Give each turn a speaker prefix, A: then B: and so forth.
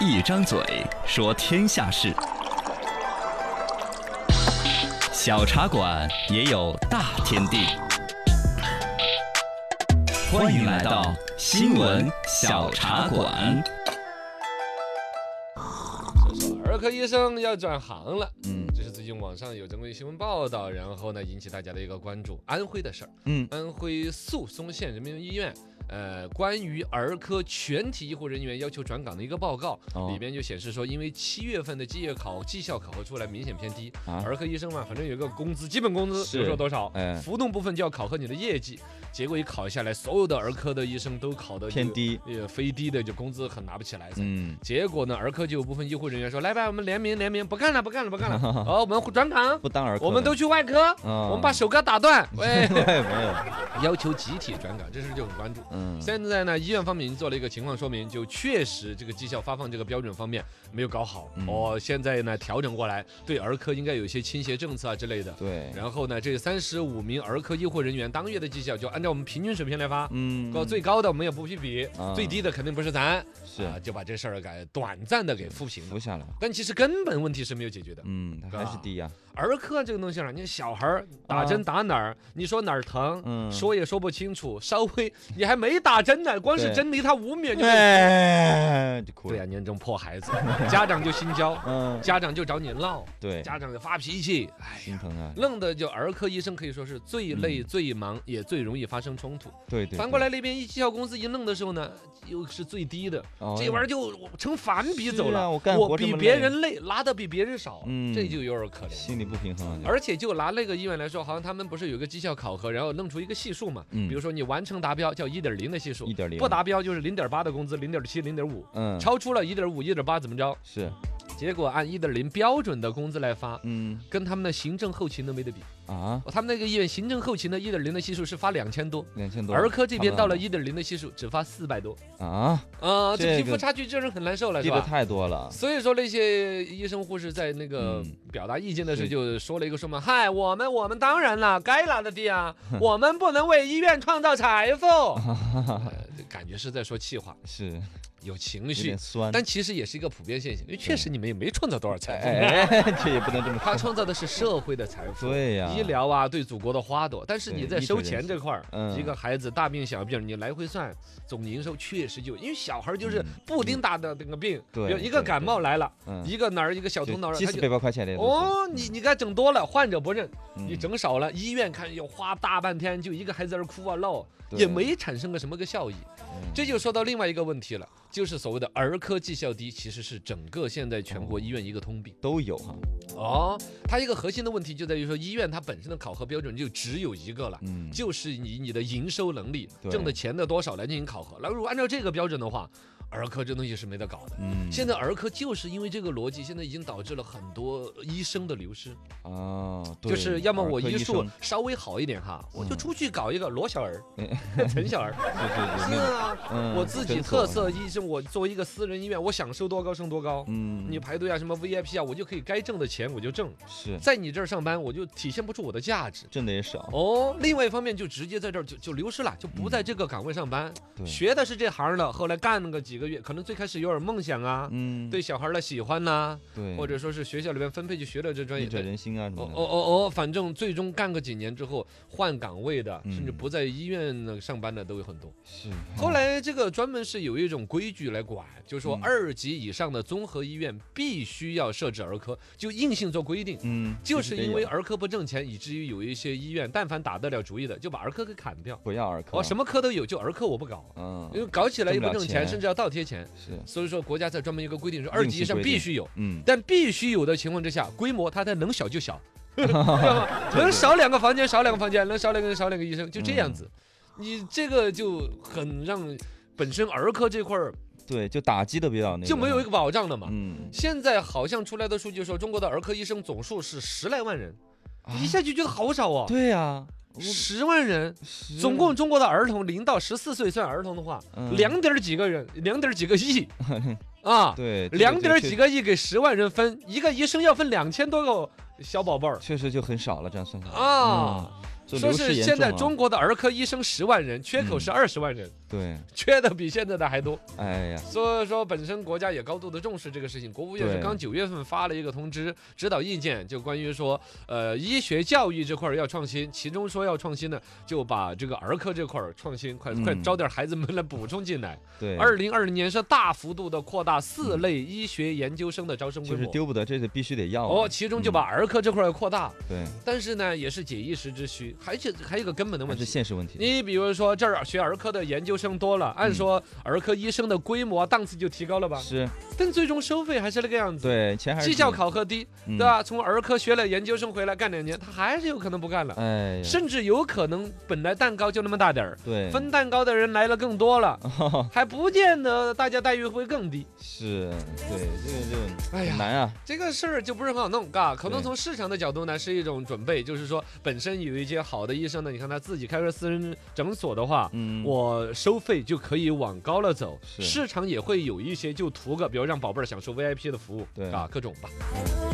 A: 一张嘴说天下事，小茶馆也有大天地。欢迎来到新闻小茶馆。
B: 儿科医生要转行了，
C: 哦嗯
B: 这是最近网上有这么一新闻报道，然后呢引起大家的一个关注。安徽的事儿，
C: 嗯，
B: 安徽宿松县人民医院，呃，关于儿科全体医护人员要求转岗的一个报告，
C: 哦
B: 里面就显示说，因为七月份的绩业考绩效考核出来明显偏低，
C: 啊
B: 儿科医生嘛，反正有一个工资，基本工资，
C: 是
B: 比如说多少，
C: 哎
B: 浮动部分就要考核你的业绩，结果一考下来，所有的儿科的医生都考的
C: 偏低，
B: 呃，非低的就工资很拿不起来，
C: 嗯，
B: 结果呢，儿科就有部分医护人员说：“来吧，我们联名联名，不干了，不干了，不 干了，哦，我们转岗，
C: 不当儿科了，
B: 我们都去外科，
C: 嗯，，
B: 我们把手给打断。”喂
C: 哎没有，
B: 要求集体转岗，这事就很关注。
C: 嗯，
B: 现在呢，医院方面已经做了一个情况说明，就确实这个绩效发放这个标准方面没有搞好。
C: 嗯
B: 哦，现在呢调整过来，对儿科应该有一些倾斜政策啊之类的。
C: 对，
B: 然后呢，这三十五名儿科医护人员当月的绩效就按照我们平均水平来发，
C: 嗯
B: 高最高的我们也不批比
C: 啊，
B: 最低的肯定不是咱。
C: 是
B: 啊，就把这事儿给短暂的给扶贫
C: 服
B: 了。
C: 下来了，
B: 但其实根本问题是没有解决的。
C: 嗯，他还是低呀，
B: 儿科这个东西啊，你小孩儿打
C: 啊
B: 针打哪儿，你说哪儿疼，
C: 嗯
B: 说也说不清楚，稍微你还没打针呢，光是
C: 对
B: 针离他五米就被
C: 哎，就哭
B: 对呀、
C: 了，
B: 严重迫孩子，家长就心焦，
C: 嗯，
B: 家长就找你闹，
C: 对，
B: 家长就发脾气，哎
C: 心
B: 呀。
C: 疼啊，
B: 弄得就儿科医生可以说是最累、最忙，也最容易发生冲突。
C: 对嗯对，
B: 反过
C: 对，
B: 来那边一绩效工资一弄的时候呢，又是最低的，这玩意
C: 意
B: 儿就成反比走
C: 哎是
B: 了。
C: 啊我干活这
B: 比
C: 么
B: 别
C: 累
B: 人累，拿的比别人少，
C: 嗯
B: 这就有点可怜。
C: 心理不平衡啊，就
B: 而且就拿那个医院来说，好像他们不是有个绩效考核，然后弄出一个系数嘛？
C: 嗯
B: 比如说你完成达标叫一点零的系数，
C: 1.0
B: 不达标就是零点八的工资，零点七、零点五，
C: 嗯，
B: 超出了一点五、一点八怎么着？
C: 是，
B: 结果按一点零标准的工资来发。
C: 嗯
B: 跟他们的行政后勤都没得比，
C: 啊，
B: 哦他们那个医院行政后勤的一点零的系数是发两千多，
C: 两千多，
B: 儿科这边
C: 差
B: 到
C: 不
B: 了
C: 多
B: 一点零的系数只发四百多，
C: 啊，
B: 啊，这
C: 这
B: 贫富
C: 个
B: 差距就让人很难受了，
C: 低
B: 是
C: 的
B: 吧？
C: 太多了，
B: 所以说那些医生护士在那个
C: 嗯
B: 表达意见的时候，
C: 是
B: 就说了一个说嘛，嗨，我们我们当然了，该拿的 地啊，我们不能为医院创造财富，呃感觉是在说气话，
C: 是
B: 有情
C: 有
B: 绪
C: 点，酸，
B: 但其实也是一个普遍现象，因为确实你们也没创造多少财富。
C: 哎，哎 这也不能这么
B: 他
C: 说，
B: 创造的是社会的财富，
C: 对呀
B: 医疗啊，对祖国的花朵。但是你
C: 对
B: 在
C: 医
B: 收
C: 学人
B: 钱
C: 士
B: 这块儿，
C: 嗯
B: 一个孩子大病小病，你来回算，总营收确实就，因为小孩儿就是
C: 嗯
B: 布丁打的那个病，
C: 对
B: 比如一个
C: 对
B: 感
C: 对
B: 冒来了，
C: 嗯，
B: 一个哪儿一个小
C: 就
B: 头脑儿，
C: 七
B: 他
C: 十
B: 就
C: 百把块钱的，
B: 哦，你你该整多了，患者不认，
C: 嗯，
B: 你整少了，医院看要花大半天，就一个孩子在那儿哭啊闹，
C: 对
B: 也没产生个什么个效益。
C: 嗯
B: 这就说到另外一个问题了，就是所谓的儿科绩效低，其实是整个现在全国医院一个通病
C: 都有哈，
B: 哦。它一个核心的问题就在于说，医院它本身的考核标准就只有一个了。
C: 嗯，
B: 就是以你的营收能力、
C: 对
B: 挣的钱的多少来进行考核。那如果按照这个标准的话，儿科这东西是没得搞的。
C: 嗯，
B: 现在儿科就是因为这个逻辑，现在已经导致了很多医生的流失。
C: 哦，对
B: 就是要么
C: 儿
B: 我
C: 科
B: 医术
C: 生
B: 稍微好一点哈，我就
C: 嗯
B: 出去搞一个罗小儿、 陈小儿。
C: 是是
B: 是
C: 是，
B: 啊，
C: 嗯
B: 我自己
C: 诊
B: 特
C: 所
B: 色医生，我作为一个私人医院，我想收多高升多高。
C: 嗯，
B: 你排队啊，什么 VIP 啊，我就可以该挣的钱我就挣，
C: 是
B: 在你这儿上班我就体现不出我的价值。
C: 挣的也少，
B: 哦，另外一方面就直接在这儿就就流失了，就不在这个岗位上班。
C: 嗯对，
B: 学的是这行的，后来干了个几个月，可能最开始有点梦想啊，
C: 嗯，
B: 对小孩儿的喜欢呐、
C: 对，
B: 或者说是学校里面分配去学了这专业
C: 逆者
B: 的。
C: 人心啊什
B: 哦
C: 么
B: 哦
C: 的，
B: 哦哦，反正最终干个几年之后，换岗位的，
C: 嗯
B: 甚至不在医院呢上班的都有很多。
C: 是，
B: 后来这个专门是有一种规矩来管，就是说
C: 嗯
B: 二级以上的综合医院必须要设置儿科，就硬性做规定。
C: 嗯，
B: 就是因为
C: 得有
B: 儿科不挣钱，以至于有一些医院，但凡打得了主意的，就把儿科给砍掉。
C: 不要儿科，
B: 哦，什
C: 么，
B: 么科都有，就儿科我不搞，因为
C: 嗯，
B: 搞起来又不
C: 挣不了
B: 挣钱，
C: 钱
B: 甚至要倒贴钱。
C: 是，
B: 所以说国家在专门一个规定说，二级以上
C: 硬性规定
B: 必须有，
C: 嗯，
B: 但必须有的情况之下，规模它才能小 就小，知道吗？能少两个房间少两个房间，能少两个人少两个医生，就这样子。
C: 嗯
B: 你这个就很让本身儿科这块儿
C: 对，就打击的比较那个，
B: 就没有一，个保障了嘛。
C: 嗯，
B: 现在好像出来的数据说，中国的儿科医生总数是十来万人，
C: 啊
B: 一下就觉得好少哦。
C: 对啊呀，我
B: 十万人，总共中国的儿童零到十四岁算儿童的话，
C: 嗯
B: 两点儿几个人，两点儿几 个亿啊，
C: 对，这个
B: 两
C: 就
B: 点儿
C: 确
B: 几个亿给十万人分，一个医生要分两千多个小宝贝儿
C: 确实就很少了，这样算下来，
B: 啊。
C: 嗯这
B: 说
C: 流失
B: 是
C: 严
B: 现
C: 重
B: 在
C: 啊嗯
B: 中国的儿科医生十万人，缺口是二十万人，
C: 对，
B: 缺的比现在的还多。
C: 哎呀，
B: 所以说，本身国家也高度的重视这个事情。国务院是
C: 对
B: 刚九月份发了一个通知指导意见，就关于说，呃，医学教育这块儿要创新，其中说要创新呢，就把这个儿科这块儿创新，快、快
C: 嗯
B: 招点孩子们来补充进来。
C: 对，
B: 二零二零年是大幅度的扩大四类医学研究生的招生规
C: 就是
B: 模。
C: 丢不得，这得必须得要啊。
B: 哦，其中就把儿科这块儿扩大，
C: 对，
B: 但是呢，也是解一时之需，还是还有一个根本的
C: 还
B: 问
C: 是
B: 题。
C: 现实问题。
B: 你比如说，这儿学儿科的研究生多了，按说儿科医生的规模档次就提高了吧？
C: 嗯是
B: 但最终收费还是那个样子。
C: 对，钱还是嗯
B: 绩效
C: 挺，
B: 考核低，
C: 对
B: 对？吧？从儿科学了研究生回来干两年，他还是有可能不干了，
C: 哎呀，
B: 甚至有可能本来蛋糕就那么大点儿，
C: 对，哦
B: 分蛋糕的人来了更多了，还不见得大家待遇会更低。
C: 是，对，这个就
B: 哎
C: 很
B: 呀，
C: 难啊。
B: 这个事儿就不是很好弄，嘎。可能
C: 对
B: 从市场的角度呢，是一种准备，就是说本身有一些好的医生呢，你看他自己开个私人诊所的话，
C: 嗯，
B: 我收费就可以往高了走，
C: 是
B: 市场也会有一些就图个，比如让宝贝儿享受 VIP 的服务，
C: 对
B: 啊，各种吧。
C: 嗯